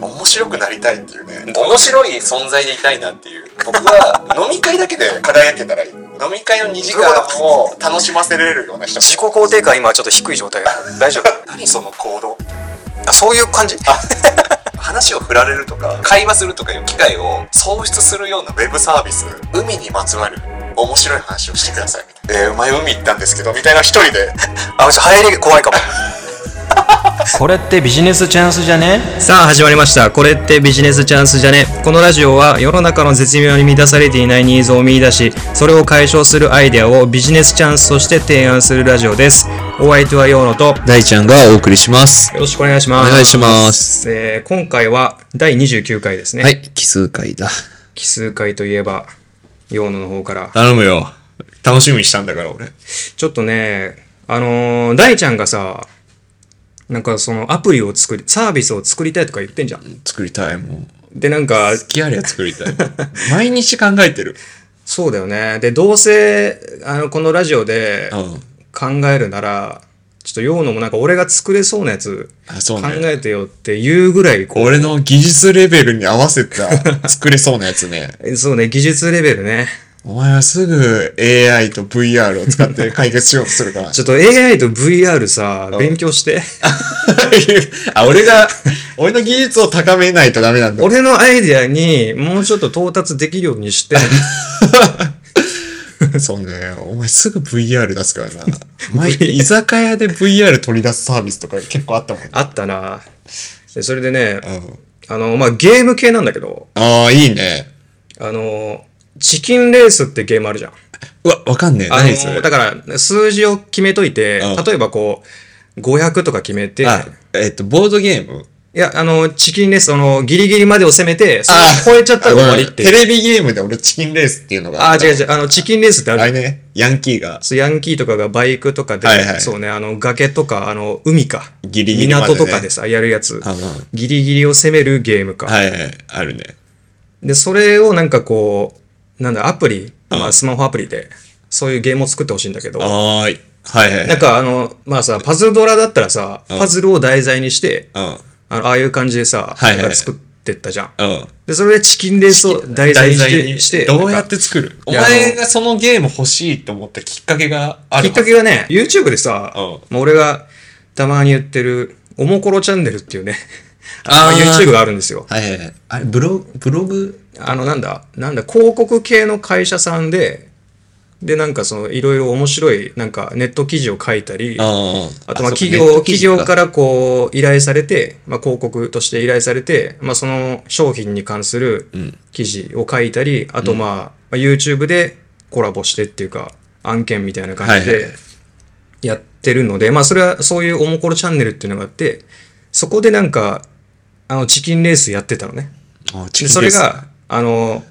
面白くなりたいっていうね面白い存在でいたいなっていう僕は飲み会だけで輝けたらいい飲み会の2時間を楽しませれるような人自己肯定感今ちょっと低い状態だ大丈夫何その行動あそういう感じ話を振られるとか会話するとかいう機会を創出するようなウェブサービス海にまつわる面白い話をしてくださいみたいえー、うまい海行ったんですけどみたいな一人 であちょっと流行りが怖いかもこれってビジネスチャンスじゃねさあ始まりました。これってビジネスチャンスじゃねこのラジオは世の中の絶妙に満たされていないニーズを見出し、それを解消するアイデアをビジネスチャンスとして提案するラジオです。お相手はヨーノと、大ちゃんがお送りします。よろしくお願いします。お願いします。えー、今回は第29回ですね。は。い、奇数回だ。奇数回といえば、ヨーノの方から。頼むよ。楽しみにしたんだから、俺。ちょっとね、あのー、大ちゃんがさ、なんかそのアプリを作り、サービスを作りたいとか言ってんじゃん。作りたい、もう。で、なんか、きありゃ作り たい。毎日考えてる。そうだよね。で、どうせ、あの、このラジオでうん考えるなら、ちょっと用のもなんか俺が作れそうなやつあ考そうねえてよっていうぐらいこう、俺の技術レベルに合わせた作れそうなやつ ね。そうね、技術レベルね。お前はすぐ AI と VR を使って解決しようとするから。 ちょっと AI と VR さ、勉強して。 あ、俺が、俺の技術を高めないとダメなんだ。俺のアイデアにもうちょっと到達できるようにして、 そうね。お前すぐ VR 出すから な。前、居酒屋で VR 取り出すサービスとか結構あったもんね。あったな。でそれでね、うん。あの、まあ、ゲーム系なんだけど、ああ、いいね。あの、チキンレースってゲームあるじゃん。うわ、わかんねえ。あ何それの、だから、数字を決めといて、うん例えばこう、500とか決めて、いあ、えっと、ボードゲームや、あの、チキンレース、その、ギリギリまでを攻めて、それを超えちゃったら終わりってごいう。めんテレビゲームで俺チキンレースっていうのがあ、った違う違う、あの、チキンレースってああれる。ね、ヤンキーがそうヤンキーとかがバイクとかで、はいはいそうね、あの、崖とか、あの、海か。ギリギリまでね港とかでさ、やるやつうんうん。ギリギリを攻めるゲームか。はいはい、あるね。で、それをなんかこう、なんだ、アプリ、まあ、スマホアプリで、そういうゲームを作ってほしいんだけど、あーい。はいはい。なんかあの、まあさ、パズドラだったらさ、パズルを題材にして、うん。あのああいう感じではさ、いはいなんか作ってったじゃん。うん。で、それでチキンレースを題材にして、してどうやっなんかて作るおいやあの前がそのゲーム欲しいと思ったきっかけがあきるっかけはね、YouTube でさ、うんもう俺がたまに言ってる、おもころチャンネルっていうね、あー YouTube があるんですよ。はいはいはい。あれ、ブログ、ブログあの、なんだ、なんだ、広告系の会社さんで、で、なんかその、いろいろ面白い、なんかネット記事を書いたり、ああとまあ企業、企業か。らこう依頼されて、まあ広告として依頼されて、まあその商品に関する記事を書いたり、あとまあ、まあ YouTube でコラボしてっていうか、案件みたいな感じはいではいやってるので、まあそれはそういうおもころチャンネルっていうのがあって、そこでなんか、あのチキンレースやってたのね。あで、それ、が、あの、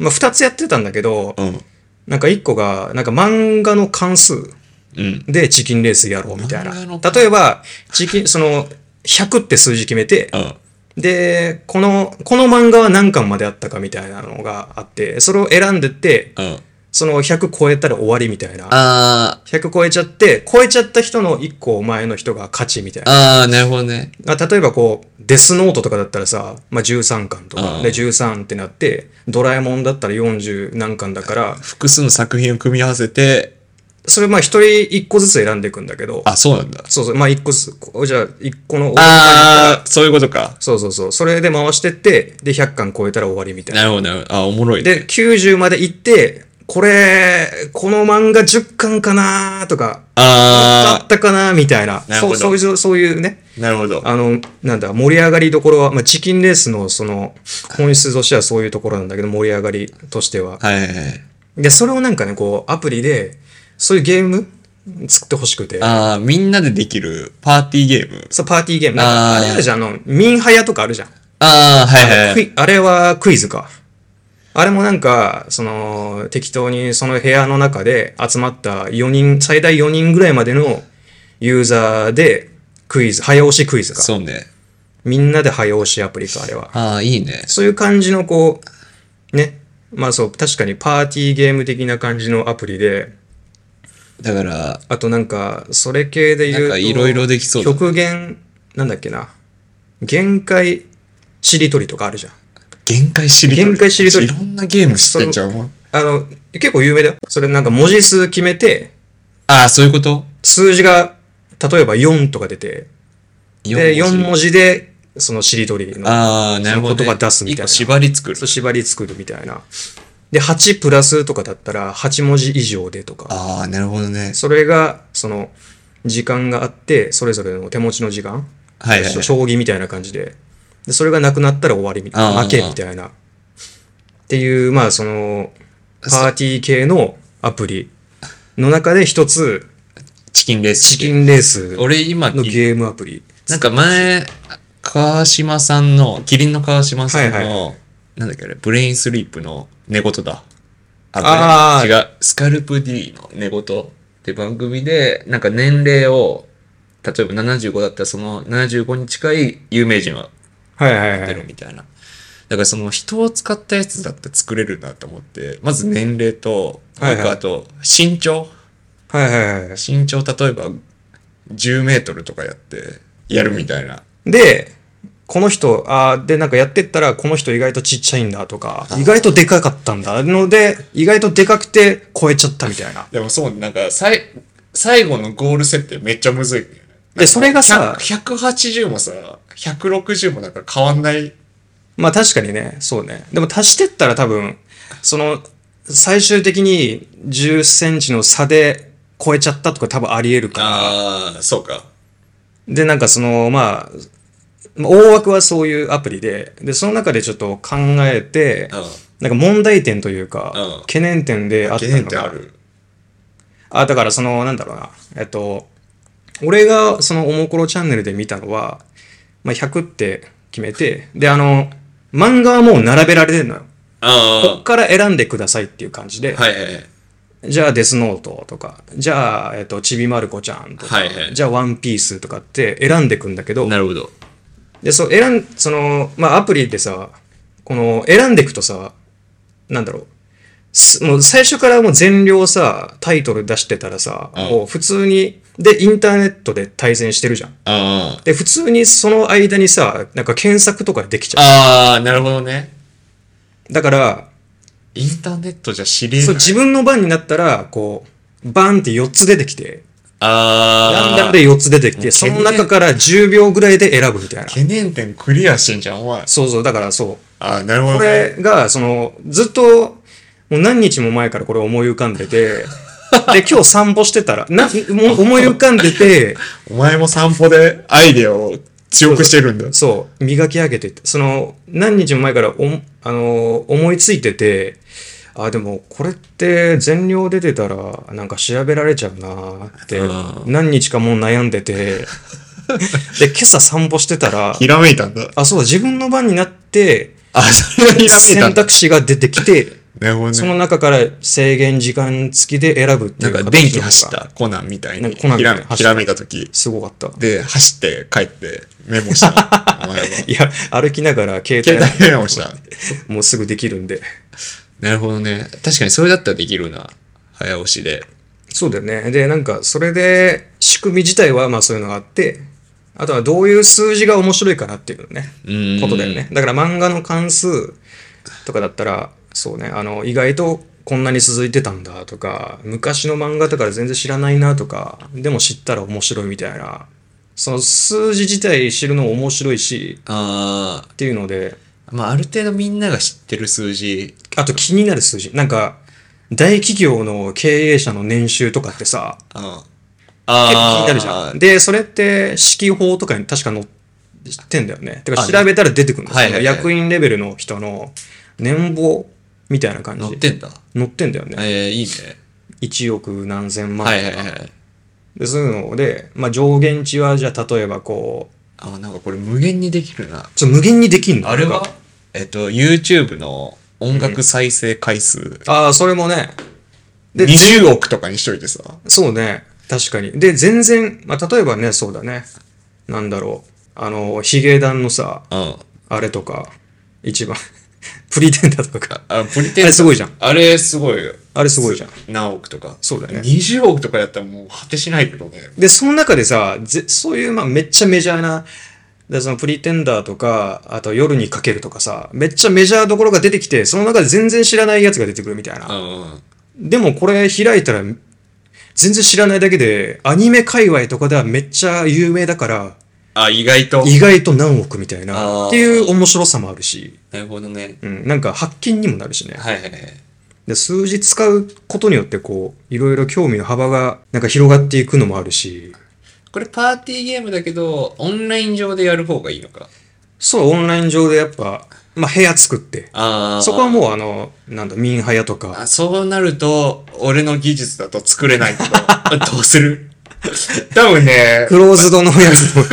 まあ二つやってたんだけど、チキンレースなんか一個が、なんか漫画の関数。うん。うん。でチキンレースやろうみたいな。漫画の例えば、チキン、その、100って数字決めて、うん。で、この、この漫画は何巻まであったかみたいなのがあって、それを選んでって、うん。その100超えたら終わりみたいな。あー、 100超えちゃって、超えちゃった人の1個前の人が勝ちみたいな。あー、なるほどね。まあ例えばこう、デスノートとかだったらさ、まあ、13巻うとか、んで、13ってなって、ドラえもんだったら40何巻だから、複数の作品を組み合わせて、それまあ一人一個ずつ選んでいくんだけど、あ、そうなんだ。そうそう、まあ一個ずつ、こうじゃあ一個のあー、そういうことか。そうそうそう。それで回してって、で、100巻超えたら終わりみたいなな。るほど、なるほど。あ、おもろいね。で、90まで行って、これ、この漫画10巻かなーとか、ああったかなーみたいな。なるほどそうそういう、そういうね、ー、なるほど。あの、なんだ、盛り上がりどころは、まあ、チキンレースのその、本質としてはそういうところなんだけど、盛り上がりとしては。はいはいはい。で、それをなんかね、こう、アプリで、そういうゲーム作ってほしくて。あー、みんなでできるパーティーゲーム。そう、パーティーゲーム。なんかああーれあるじゃん、あの、ミンハヤとかあるじゃん。あー、はいはクい。イあれはクイズか。あれもなんか、その、適当にその部屋の中で集まった4人、最大4人ぐらいまでのユーザーでクイズ、早押しクイズか。そうね。みんなで早押しアプリか、あれは。あー、いいね。そういう感じのこう、ね。まあそう、確かにパーティーゲーム的な感じのアプリで、だから、あとなんか、それ系で言うなんかと、色々できそうだね極限なんだっけな、限界しりとりとかあるじゃん。限界しりとり。限界しりとりいろんなゲーム知ってんじゃん、お前。あの、結構有名だよ。それなんか文字数決めて、ああ、そういうこと数字が、例えば4とか出て、で、4文字。字で、そのしりとりの、ああ、なるほど、ね。言葉出すみたいな一個縛り作るそう。縛り作るみたいな。で、8プラスとかだったら、8文字以上でとか。ああ、なるほどね。それが、その、時間があって、それぞれの手持ちの時間。はいはいはい将棋みたいな感じで。で、それがなくなったら終わりみたいあな。ー負けみたいな。っていう、まあ、その、パーティー系のアプリの中で一つ、チキンレース。チキンレースの俺今、ゲームアプリ。なんか前、川島さんの、キリンの川島さんの、はいなんだっけあれ、ブレインスリープの寝言だ。あー違う、スカルプ D の寝言って番組で、なんか年齢を、例えば75だったらその75に近い有名人ははいはいは出るい。みたいな。だからその人を使ったやつだって作れるなと思って、まず年齢と、はいはい僕あと身長。はいはいは身長例えば10メートルとかやって、やるみたいな。い。で、この人、あーで、なんかやってったら、この人意外とちっちゃいんだとか、意外とでかかったんだ。ので、意外とでかくて超えちゃったみたいな。でもそう、なんか、さい、最後のゴール設定めっちゃむずいね、でそれがさ100 180もさ、160もなんか変わんない。まあ確かにね、そうね。でも足してったら多分、その、最終的に10センチの差で超えちゃったとか多分あり得るから。ああ、そうか。で、なんかその、まあ、まあ大枠はそういうアプリで、で、その中でちょっと考えて、うん。なんか問題点というか、うん懸念点であった懸念っのがてある。あ、だからその、なんだろうな。えっと、俺がそのおもころチャンネルで見たのは、まあ、100って決めて、で、あの、漫画はもう並べられてんのよ。こあっから選んでくださいっていう感じで、あ、はいはいはい。じゃあデスノートとか、じゃあ、えっと、ちびまる子ちゃんとか、はいはいじゃあワンピースとかって選んでくんだけど、なるほど。で、そう、選ん、その、まあ、アプリでさ、この、選んでいくとさ、なんだろう。すもう最初からもう全量さ、タイトル出してたらさ、んもう普通に、で、インターネットで対戦してるじゃん。あで、普通にその間にさ、なんか検索とかできちあ。ゃああ、なるほどね。う。だから、インターネットじゃ知りえそなう、い。自分の番になったら、こう、バンって4つ出てきて、ラあンあ。ダムで4つ出てきもて、うそ懸の念中から10秒ぐらいで選ぶみたいな。懸念点クリアしてんじゃん、お前。そうそう、だからそう。ああ、なるほど、これね。が、その、ずっと、もう何日も前からこれ思い浮かんでて、 で、今日散歩してたら、な、もう思い浮かんでて、お前も散歩でアイデアを強くしてるんだ。そう、磨き上げてて、その、何日も前からお、あの、思いついてて、あ、でも、これって全量出てたら、なんか調べられちゃうなってうん、何日かもう悩んでて、で、 今朝散歩してたら、ひらめいたんだ。あ、そうだ、自分の番になって、あ、それがひらめいた選んだ。択肢が出て きて、なるほどね。その中から制限時間付きで選ぶっていなうかん形電気の方が走ったコナンみたいなんにかコナンひみたいらにめ走ったひらめいた時すごかった。で走って帰ってメモした お前はいや、歩きながら携携帯帯メモしたもうすぐできるんで。なるほどね確かにそれだったらできるな早押しでそうだよね。で、なんか、それで、仕組み自体はまあそういうのがあって、あとはどういう数字が面白いかなっていうね、うんことだよね。だから漫画の関数とかだったら、そうね、あの、意外とこんなに続いてたんだとか、昔の漫画だから全然知らないなとか、でも知ったら面白いみたいな、その数字自体知るのも面白いし、あっていうので、あまあある程度みんなが知ってる数字あと気になる数字。なんか、大企業の経営者の年収とかってさ、うんあ結あ構気になるじゃん。で、それって、指揮法とかに確か載ってんだよね。てか、あ調べたら出てくるんですよ。はいはいはい役員レベルの人の年俸みたいな感じ。乗ってんだ載ってんだよね。ええいいね1億何千万とはいか。はいはいで、そういうので、まあ、上限値は、じゃあ、例えばこう、あなんかこれ無限にできるなちょっと無限にできんのなんかえっと YouTube の音楽再生回数ああ、それもね。で、 20億とかにしといてさそうね。確かに。で、全然、まあ、例えばね、そうだね。なんだろう。あの、ヒゲダンのさ、うんあれとか、一番、 プリテンダーとか、あ、ポリテンダーあれすごいじゃん。あれすごいよ。あれすごいじゃん。何億とか。そうだね20億とかやったらもう果てしないけどね。で、その中でさ、ぜそういう、まあ、めっちゃメジャーなで、そのプリテンダーとか、あと夜にかけるとかさ、めっちゃメジャーどころが出てきて、その中で全然知らないやつが出てくるみたいな。うん。でもこれ開いたら、全然知らないだけで、アニメ界隈とかではめっちゃ有名だから、あ、意外と。意外と何億みたいあーな、っていう面白さもあるし、なるほどね。うん、なんか発見にもなるしね。はいはいはい。で数字使うことによってこう、いろいろ興味の幅がなんか広がっていくのもあるし、これパーティーゲームだけど、オンライン上でやる方がいいのか。そう、オンライン上でやっぱ、まあ部屋作って、ああ。そこはもうあの、なんだ、ミンハヤとかあ、そうなると、俺の技術だと作れないけど、 どうする多分ね、クローズドのやつも。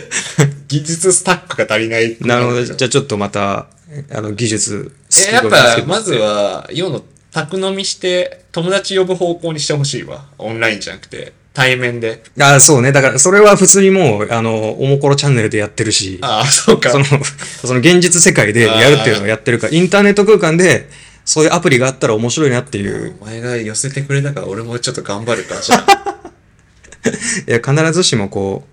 技術スタックが足りない。なるほど。じゃあちょっとまた、あの、技術、え、やっぱ、まずは、要の宅飲みして、友達呼ぶ方向にしてほしいわ。オンラインじゃなくて、対面で。あそうね。だから、それは普通にもう、あの、おもころチャンネルでやってるし、ああ、そうか。その、 その現実世界でやるっていうのをやってるから、インターネット空間で、そういうアプリがあったら面白いなっていう。お前が寄せてくれたから、俺もちょっと頑張るか、じゃあ。 いや、必ずしもこ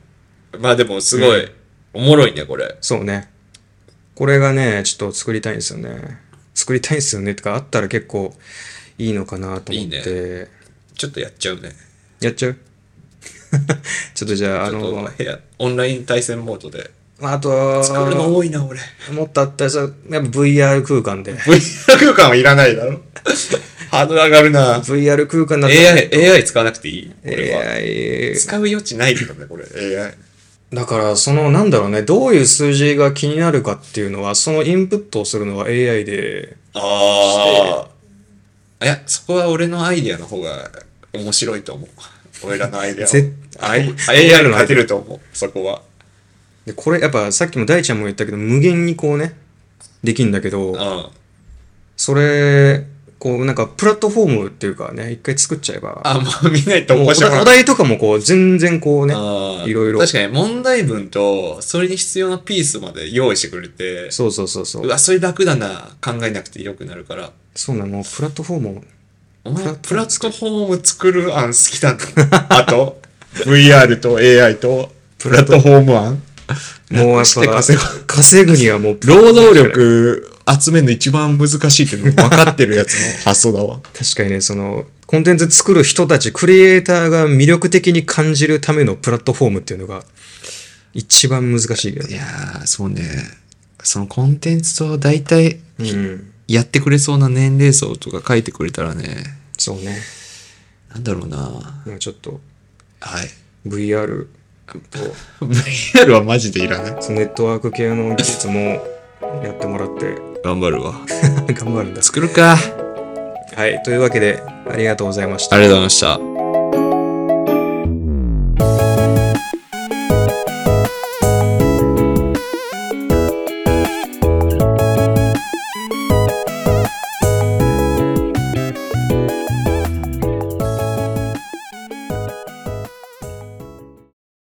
う、まあでも、すごい、おもろいね、これ。そうね。これがね、ちょっと作りたいんですよね。作りたいんですよね。とか、あったら結構いいのかなと思って。いちょっとやっちゃうね。やっちゃう ちょっとじゃあ、あちょっとの、部屋、オンライン対戦モードで。まああと、作るの多いな、俺。 もっとあったらさ、やっぱ VR 空間で。 VR 空間はいらないだろ。ハードル上がる な。 VR 空間だと AI、AI 使わなくていい俺は。 AI 使う余地ないけどね、これ。AI。だから、その、なんだろうね、どういう数字が気になるかっていうのは、そのインプットをするのは AI で、ああ。いや、そこは俺のアイディアの方が面白いと思う。俺らのアイディアぜを。アイ AI に勝てると思う、そこは。でこれ、やっぱさっきも大ちゃんも言ったけど、無限にこうね、できんだけうど、ん。それ、こう、なんか、プラットフォームっていうかね、一回作っちゃえば、あ、もう見ないともう面お白く題おない。題とかもこう、全然こうね、あーいろいろ確かに問題文と、それに必要なピースまで用意してくれて、そうそうそうそうう。わ、それ楽だな。考えなくてよくなるから。そうなの、プラットフォームをお前、プラットフォーム作る案好きだな。あと、VR と AI とプラットフォーム案。もうやっしてぱ稼 稼ぐにはもう、労働力集めるの一番難しいっていうの分かってるやつの発想だわ。確かにね、その、コンテンツ作る人たち、クリエイターが魅力的に感じるためのプラットフォームっていうのが、一番難しいよいね。やー、そうね。そのコンテンツを大体うん。やってくれそうな年齢層とか書いてくれたらね、そうね。なんだろうな。まあちょっと、 はい。 VR と、 VR はマジでいらない。そのネットワーク系の技術もやってもらって、頑張るわ。頑張るんです。作るか。ありはい。というわけで、ありがとうございました。がとうございました。